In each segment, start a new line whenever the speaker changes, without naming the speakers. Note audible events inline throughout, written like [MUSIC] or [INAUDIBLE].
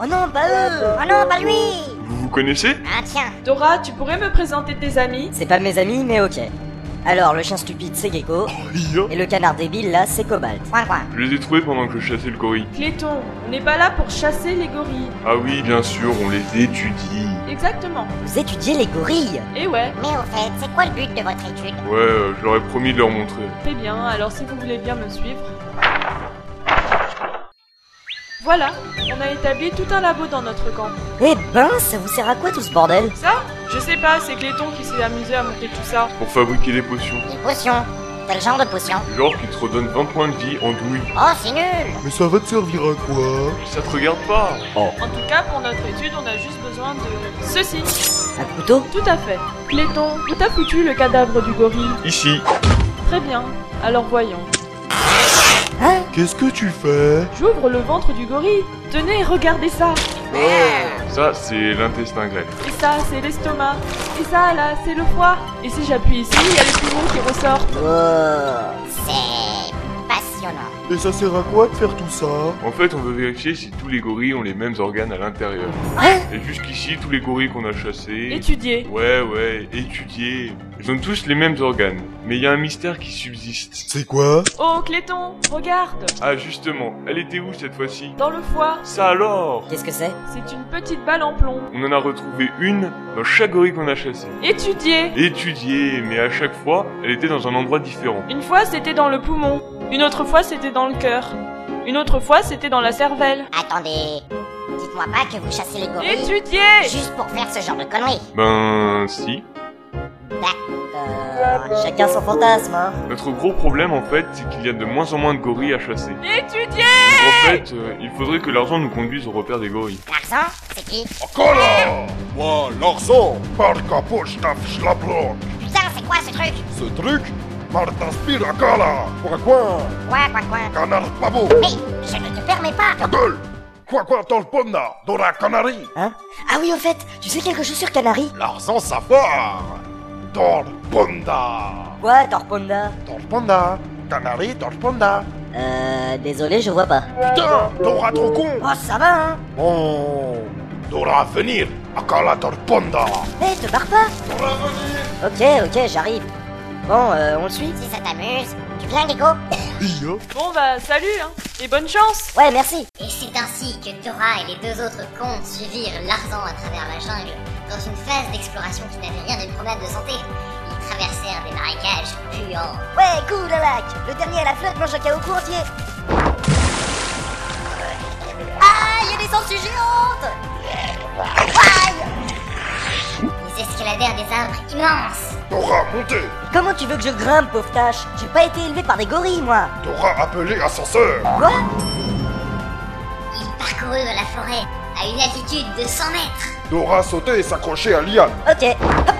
Oh non, pas eux
Oh non, pas lui
Vous vous connaissez
Ah tiens
Dora, tu pourrais me présenter tes amis
C'est pas mes amis, mais ok. Alors, le chien stupide, c'est Gecko.
Yo.
Et le canard débile, là, c'est Cobalt.
Coin coin
Je les ai trouvés pendant que je chassais le gorille.
Cléton, on n'est pas là pour chasser les gorilles.
Ah oui, bien sûr, on les étudie.
Exactement.
Vous étudiez les gorilles
Et ouais,
Mais au fait, c'est quoi le but de votre étude
Ouais, euh, je leur ai promis de leur montrer.
très bien, alors si vous voulez bien me suivre. Voilà, on a établi tout un labo dans notre camp.
Eh ben, ça vous sert à quoi tout ce bordel
Ça Je sais pas, c'est Cléton qui s'est amusé à monter tout ça.
Pour fabriquer des potions.
Une potion Quel genre de potion
Genre qui te redonne 20 points de vie en douille.
Oh, c'est nul
Mais ça va te servir à quoi
Ça te regarde pas
En tout cas, pour notre étude, on a juste besoin de ceci.
Un couteau
Tout à fait. Cléton, où t'as foutu le cadavre du gorille
Ici.
Très bien. Alors voyons.
hein
Qu'est-ce que tu fais
J'ouvre le ventre du gorille. Tenez, regardez ça.
Ça, c'est l'intestin grêle.
Et ça, c'est l'estomac. Et ça, là, c'est le foie. Et si j'appuie ici, il y a les poumons qui ressortent.
Oh. C'est... passionnant
Et ça sert à quoi de faire tout ça
En fait, on veut vérifier si tous les gorilles ont les mêmes organes à l'intérieur.
Hein
Et jusqu'ici, tous les gorilles qu'on a chassés...
Étudier.
Ouais, ouais, étudiés. Ils ont tous les mêmes organes. Mais il y a un mystère qui subsiste.
C'est quoi
Oh, Cléton, regarde.
Ah, justement, elle était où cette fois-ci
Dans le foie,
Ça alors
Qu'est-ce que c'est
c'est une petite balle en plomb.
On en a retrouvé une dans chaque gorille qu'on a chassé.
Étudier.
Étudiée, mais à chaque fois, elle était dans un endroit différent.
Une fois, c'était dans le poumon. Une autre fois, c'était dans le cœur. Une autre fois, c'était dans la cervelle.
Attendez... Dites-moi pas que vous chassez les gorilles
Étudier.
juste pour faire ce genre de conneries
Ben, si.
Euh, Chacun son fantasme, hein.
Notre gros problème, en fait, c'est qu'il y a de moins en moins de gorilles à chasser.
Étudier.
Donc, en fait, euh, il faudrait que l'argent nous conduise au repère des gorilles.
L'argent, c'est qui
Encore là Moi, l'argent Marca Pochka Schlaplon
Putain, c'est quoi ce truc
Ce truc Marta Spiracala Quoi quoi
Quoi, quoi, quoi
Canard Pavo
Mais, je ne te permets pas
Ta gueule Quoi quoi dans le pomna Dans la canarie
Hein Ah oui, au fait, tu sais quelque chose sur Canary
L'argent savoir Dans le pomna
Quoi, Torponda
Dans le pomna Canarie dans le pomna
Euh, désolé, je vois pas.
Putain Dora trop con
Oh, ça va, hein
Bon Dora à venir Akala dans le pomna
Eh, te barre pas
Dora à venir
Ok, ok, j'arrive. Bon, euh, on le suit
Si ça t'amuse, tu viens, Gecko
Bon bah salut hein. Et bonne chance.
Ouais, merci.
[LAUGHS] Et c'est ainsi que Dora et les deux autres contes suivirent Larsan à travers la jungle, dans une phase d'exploration qui n'avait rien d'une promenade de santé. Ils traversèrent des marécages puants.
Ouais, Eh, cool, le lac Le dernier à la flotte mange un chaos courtier
Ah, il y a des sangsues géantes Aïe Ils escaladèrent des arbres immenses.
Dora montez
Comment tu veux que je grimpe, pauvre tâche J'ai pas été élevé par des gorilles, moi
Dora appelé ascenseur
Quoi
Ils parcoururent la forêt à une altitude de 100 mètres.
Dora sautait et s'accrochait à Liane.
Ok. Hop.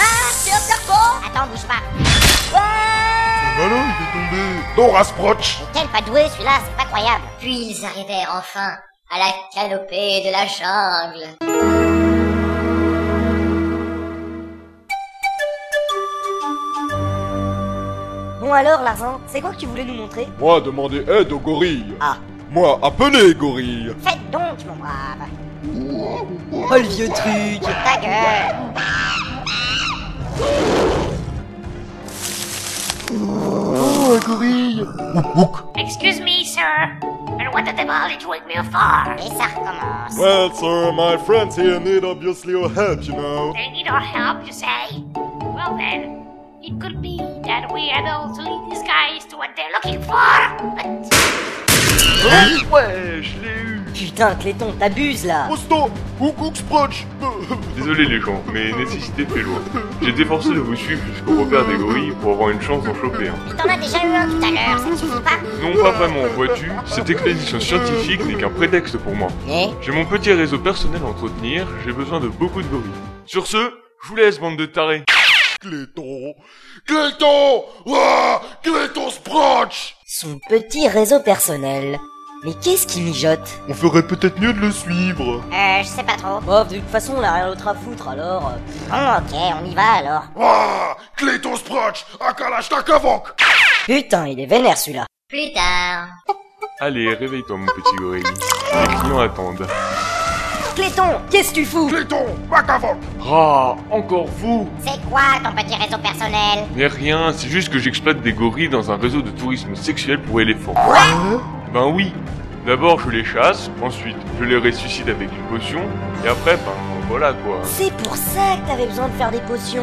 Ah, c'est un serpent
Attends, bouge pas.
Voilà, il est tombé
Dora Sproch.
Quel pas doué celui-là, c'est pas croyable. Puis ils arrivèrent enfin à la canopée de la jungle.
Bon alors, Larsan, c'est quoi que tu voulais nous montrer
Moi, demander aide aux gorilles.
Ah.
Moi, appeler gorilles.
Faites donc, mon brave.
Oh, le vieux truc
Ta gueule
Oh, un gorille Bouk, bouk.
Excuse me, sir. And what the devil did you wake me up for? Et ça recommence.
Well, sir, my friends here need obviously your help, you know.
They need our help, you say? Well then, it could be that we are able to lead these guys to what they're looking for. But
Ouais, je l'ai eu
Putain, Cléton, t'abuses, là
Posto, Oukouk Sproch.
Désolé les gens, mais nécessité fait loi. J'étais forcé de vous suivre jusqu'au repère des gorilles pour avoir une chance d'en choper un.
Mais t'en as déjà eu un tout à l'heure, ça ne suffit pas
Non, pas vraiment, vois-tu, cette expédition scientifique n'est qu'un prétexte pour moi.
Eh
J'ai mon petit réseau personnel à entretenir, j'ai besoin de beaucoup de gorilles. Sur ce, je vous laisse, bande de tarés.
Cléton. Cléton. Ah, Cléton Sproch.
Son petit réseau personnel. Mais qu'est-ce qui mijote
On ferait peut-être mieux de le suivre.
Euh, je sais pas trop.
Bof, de toute façon, on a rien d'autre à foutre, alors... euh,
Bon, ok, on y va alors.
Ah, Cléton Sproch. Akalash Takavok.
Putain, il est vénère, celui-là
Plus tard.
Allez, réveille-toi, mon petit gorille. Les clients attendent.
Cléton, qu'est-ce que tu fous
Cléton, Macavoc
Ah, encore vous
C'est quoi ton petit réseau personnel
Mais rien, c'est juste que j'exploite des gorilles dans un réseau de tourisme sexuel pour éléphants. Ben oui D'abord, je les chasse, ensuite, je les ressuscite avec une potion, et après, ben voilà quoi.
C'est pour ça que t'avais besoin de faire des potions.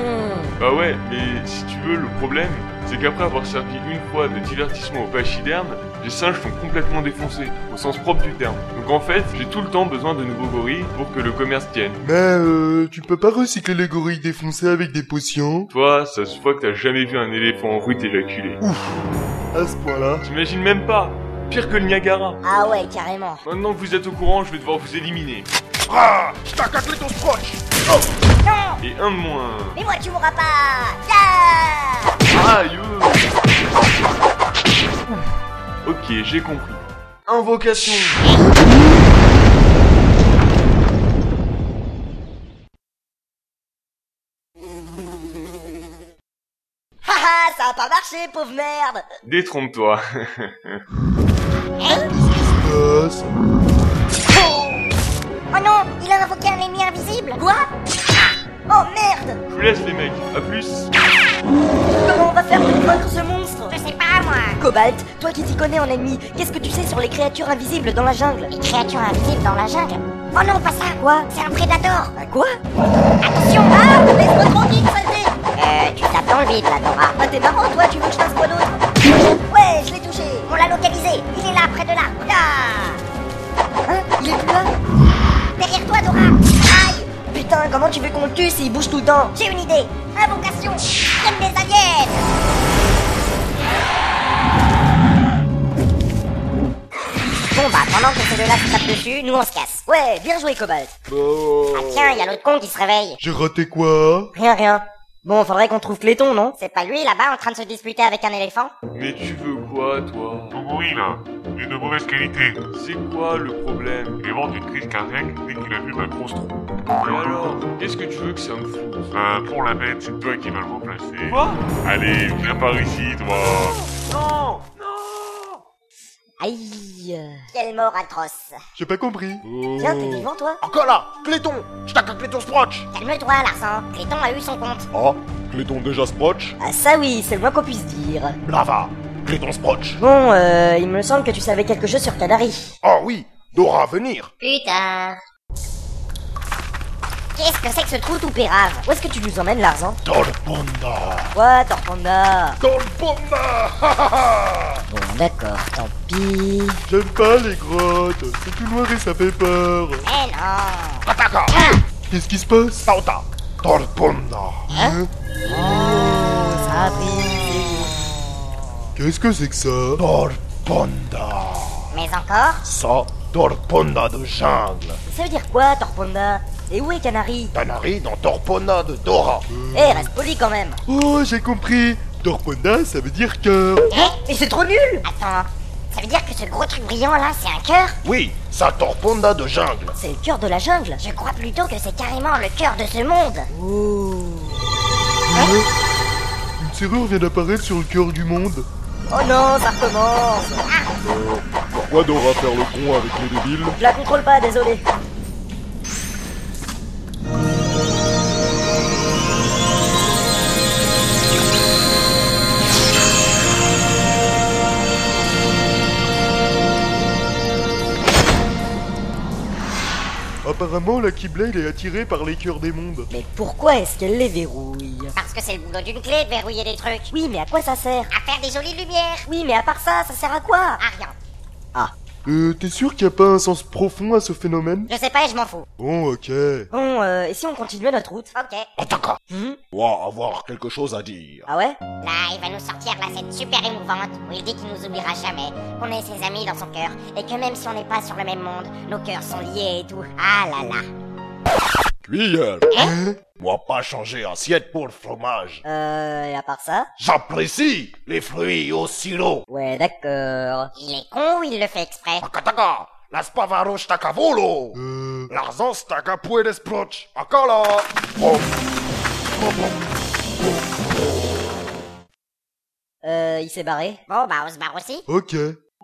Bah ouais, mais si tu veux, le problème, c'est qu'après avoir servi une fois de divertissement aux pachydermes, les singes sont complètement défoncés, au sens propre du terme. Donc en fait, j'ai tout le temps besoin de nouveaux gorilles pour que le commerce tienne.
Mais euh, tu peux pas recycler les gorilles défoncés avec des potions
Toi, ça se voit que t'as jamais vu un éléphant en route éjaculer.
À ce point-là.
T'imagines même pas Pire que le Niagara
Ah ouais, carrément.
Maintenant que vous êtes au courant, je vais devoir vous éliminer.
Ah Staka Cléton Scotch
Oh. Et un de moins.
Mais moi tu mourras pas Ah
Aïe Ok, j'ai compris. Invocation
Haha, ça a pas marché, pauvre merde.
Détrompe-toi. [LAUGHS]
Hein?
Passe.
Oh non, il a invoqué un ennemi invisible Quoi Ah.
Oh merde
Je vous laisse les mecs, à plus
Comment on va faire pour battre ce monstre
Je sais pas moi
Cobalt, toi qui t'y connais en ennemi, qu'est-ce que tu sais sur les créatures invisibles dans la jungle
Les créatures invisibles dans la jungle Oh non, pas ça
Quoi
C'est un prédator
Bah quoi
Attention
Ah, laisse-moi tranquille, saleté
Euh, tu tapes dans le vide là, Dora
Ah t'es marrant toi, tu veux que je fasse quoi d'autre Ouais, je l'ai touché
On l'a localisé Il est là, près de là Là
Hein Il est plus là
Derrière toi, Dora Aïe
Putain, comment tu veux qu'on le tue s'il bouge tout le temps
J'ai une idée Invocation Comme des aliens Bon bah, pendant que ces deux-là se tapent dessus, nous on se casse
Ouais, bien joué Cobalt
Ah tiens, il y a l'autre con qui se réveille
J'ai raté quoi
Rien, rien. Bon, faudrait qu'on trouve Cléton, non
C'est pas lui là-bas en train de se disputer avec un éléphant
Mais tu veux quoi, toi
Ton gorille là, il est de mauvaise qualité.
C'est quoi le problème
Il est mort d'une crise cardiaque dès qu'il a vu ma grosse trompe.
Et alors Qu'est-ce que tu veux que ça me foute
Euh, pour la bête, c'est toi qui vas le remplacer.
Quoi
Allez, viens par ici, toi.
Non Non
Aïe
Quelle mort atroce
J'ai pas compris.
Tiens, t'es vivant toi
Encore là Cléton Staka Cléton Scotch
Calme-toi, Larsan Cléton a eu son compte
Ah Cléton déjà Scotch
Ah ça oui, c'est le moins qu'on puisse dire.
Lava Cléton Scotch
Bon, euh, il me semble que tu savais quelque chose sur Canary.
Ah oui Dora, venir
Plus tard Qu'est-ce que c'est que ce trou tout pérave
Où est-ce que tu nous emmènes, Larzan
Torpanda
Quoi, Torpanda
Torpanda Ha, ha, ha
Bon, d'accord, tant pis.
J'aime pas les grottes. C'est tout noir et ça fait peur.
Eh non
Ataka
Qu'est-ce qui se passe Hein?
Sauta Torpanda
Ça a pris.
Qu'est-ce que c'est que ça
Torpanda
Mais encore
Ça, Torpanda de jungle
Ça veut dire quoi, Torpanda Et où est Canary
Tanari dans Torpona de Dora
Eh, reste poli quand même
Oh, j'ai compris. Torponda, ça veut dire cœur.
Mais c'est trop nul
Eh, Attends, ça veut dire que ce gros truc brillant là, c'est un cœur
Oui, ça Torponda de jungle
C'est le cœur de la jungle
Je crois plutôt que c'est carrément le cœur de ce monde
Hein Une serrure vient d'apparaître sur le cœur du monde.
Oh non, ça recommence
Pourquoi Dora faire le con avec les débiles
Je la contrôle pas, désolé.
Apparemment, la Keyblade est attirée par les cœurs des mondes.
Mais pourquoi est-ce qu'elle les verrouille
Parce que c'est le boulot d'une clé de verrouiller des trucs
Oui, mais à quoi ça sert
À faire des jolies lumières
Oui, mais à part ça, ça sert à quoi
Ah rien
Euh, t'es sûr qu'il n'y a pas un sens profond à ce phénomène
Je sais pas et je m'en fous
Bon, ok.
Bon, euh, et si on continuait notre route
Ok
Ataka
Hmm
doit avoir quelque chose à dire.
Ah ouais
Là, il va nous sortir la scène super émouvante où il dit qu'il nous oubliera jamais, qu'on est ses amis dans son cœur, et que même si on n'est pas sur le même monde, nos cœurs sont liés et tout. Ah là là.
Cuillère
Hein
Moi pas changer assiette pour le fromage.
Euh, et à part ça
J'apprécie les fruits au sirop.
Ouais, d'accord.
Il est con ou il le fait exprès
Akataka, las pavaros takavolo.
Euh,
L'arzan staka puedes proch. Akala. Bon. Bon, bon.
Euh, il s'est barré Euh,
Bon, bah on se barre aussi.
ok.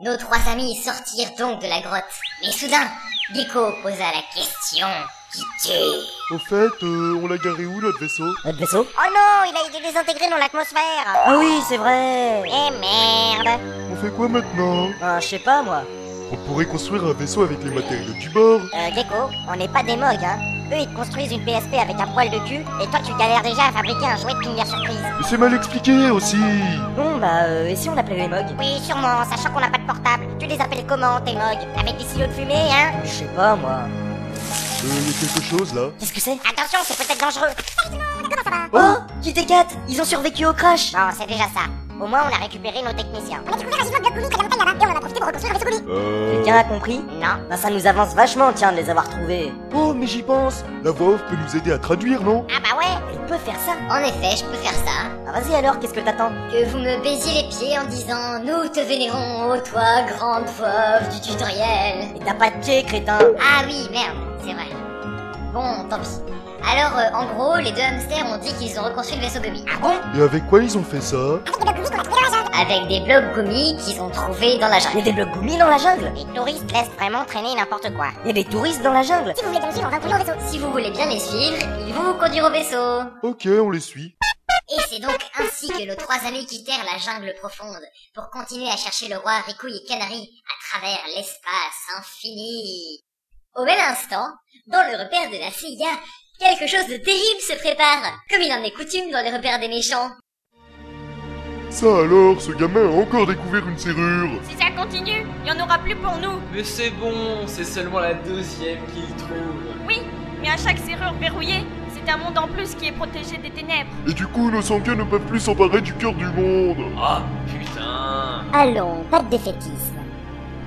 Nos trois amis sortirent donc de la grotte. Mais soudain, Gecko posa la question qui tue.
Au fait, euh, on l'a garé où notre vaisseau
Notre vaisseau
Oh non, il a été désintégré dans l'atmosphère.
Ah oui, c'est vrai
Eh merde.
On fait quoi maintenant
Ah, je sais pas, moi.
On pourrait construire un vaisseau avec les matériaux du bord.
Euh, Gecko, on n'est pas des mogs, hein. Eux, ils te construisent une PSP avec un poil de cul, et toi, tu galères déjà à fabriquer un jouet de lumière surprise.
Mais c'est mal expliqué aussi
Bon, bah, euh, et si on appelait les Mogs
Oui, sûrement, sachant qu'on n'a pas de portable. Tu les appelles comment, tes mogs Avec des silos de fumée, hein
Je sais pas, moi.
Euh, y a quelque chose là
Qu'est-ce que c'est
Attention, c'est peut-être dangereux. Comment ça va
Oh Kit et Kat Ils ont survécu au crash
Bon, c'est déjà ça. Au moins, on a récupéré nos techniciens. On a découvert un gigolo de Gumi, montagne là-bas, et on en a profité pour reconstruire un vaisseau Gumi.
Quelqu'un a compris
Euh, Non.
Bah, ça nous avance vachement, tiens, de les avoir trouvés.
Oh, mais j'y pense La voix off peut nous aider à traduire, non
Ah bah ouais
Il peut faire ça
En effet, je peux faire ça.
Ah, vas-y alors, qu'est-ce que t'attends
Que vous me baisiez les pieds en disant Nous te vénérons, ô toi, grande preuve du tutoriel.
Et t'as pas de pied, crétin
Ah oui, merde, c'est vrai. Bon, tant pis. Alors, euh, en gros, les deux hamsters ont dit qu'ils ont reconstruit le vaisseau Gumi. Ah bon
Et avec quoi ils ont fait ça
Avec des blocs Gumi qu'ils ont trouvés dans la
Y'a
jungle.
des blocs goumis dans la jungle
Les touristes laissent vraiment traîner n'importe quoi.
Y'a des touristes dans la jungle
Si vous voulez bien les suivre, on va vous conduire au vaisseau. Si vous voulez bien les suivre, ils vont vous conduire au vaisseau.
Ok, on les suit.
Et c'est donc ainsi que nos trois amis quittèrent la jungle profonde pour continuer à chercher le roi Ricouille et Canary à travers l'espace infini. Au même instant, dans le repère de la CIA, quelque chose de terrible se prépare, comme il en est coutume dans les repères des méchants.
Ça alors, ce gamin a encore découvert une serrure
Si ça continue, il n'y en aura plus pour nous.
Mais c'est bon, c'est seulement la deuxième qu'il trouve.
Oui, mais à chaque serrure verrouillée, c'est un monde en plus qui est protégé des ténèbres.
Et du coup, nos sanguins ne peuvent plus s'emparer du cœur du monde
Ah, putain
Allons, pas de défaitisme.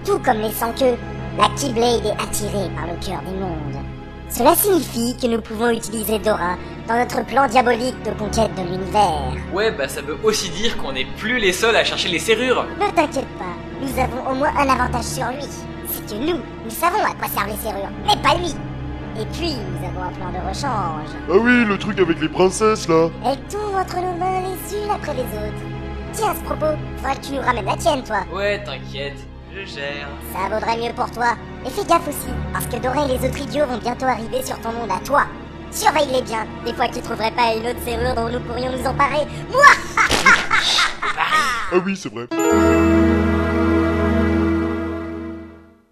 Tout comme les sans-queues, la Keyblade est attirée par le cœur du monde. Cela signifie que nous pouvons utiliser Dora dans notre plan diabolique de conquête de l'univers.
Ouais, bah ça veut aussi dire qu'on n'est plus les seuls à chercher les serrures.
Ne t'inquiète pas, nous avons au moins un avantage sur lui. C'est que nous, nous savons à quoi servent les serrures, mais pas lui. Et puis, nous avons un plan de rechange.
Ah oui, le truc avec les princesses là
Elles tombent entre nos mains les unes après les autres. Tiens, à ce propos, faudra que tu nous ramènes la tienne, toi.
Ouais, t'inquiète, je gère.
Ça vaudrait mieux pour toi. Et fais gaffe aussi, parce que Doré et les autres idiots vont bientôt arriver sur ton monde à toi. Surveille-les bien, des fois qu'ils trouveraient pas une autre serrure dont nous pourrions nous emparer. Moi
Ah oui, c'est vrai.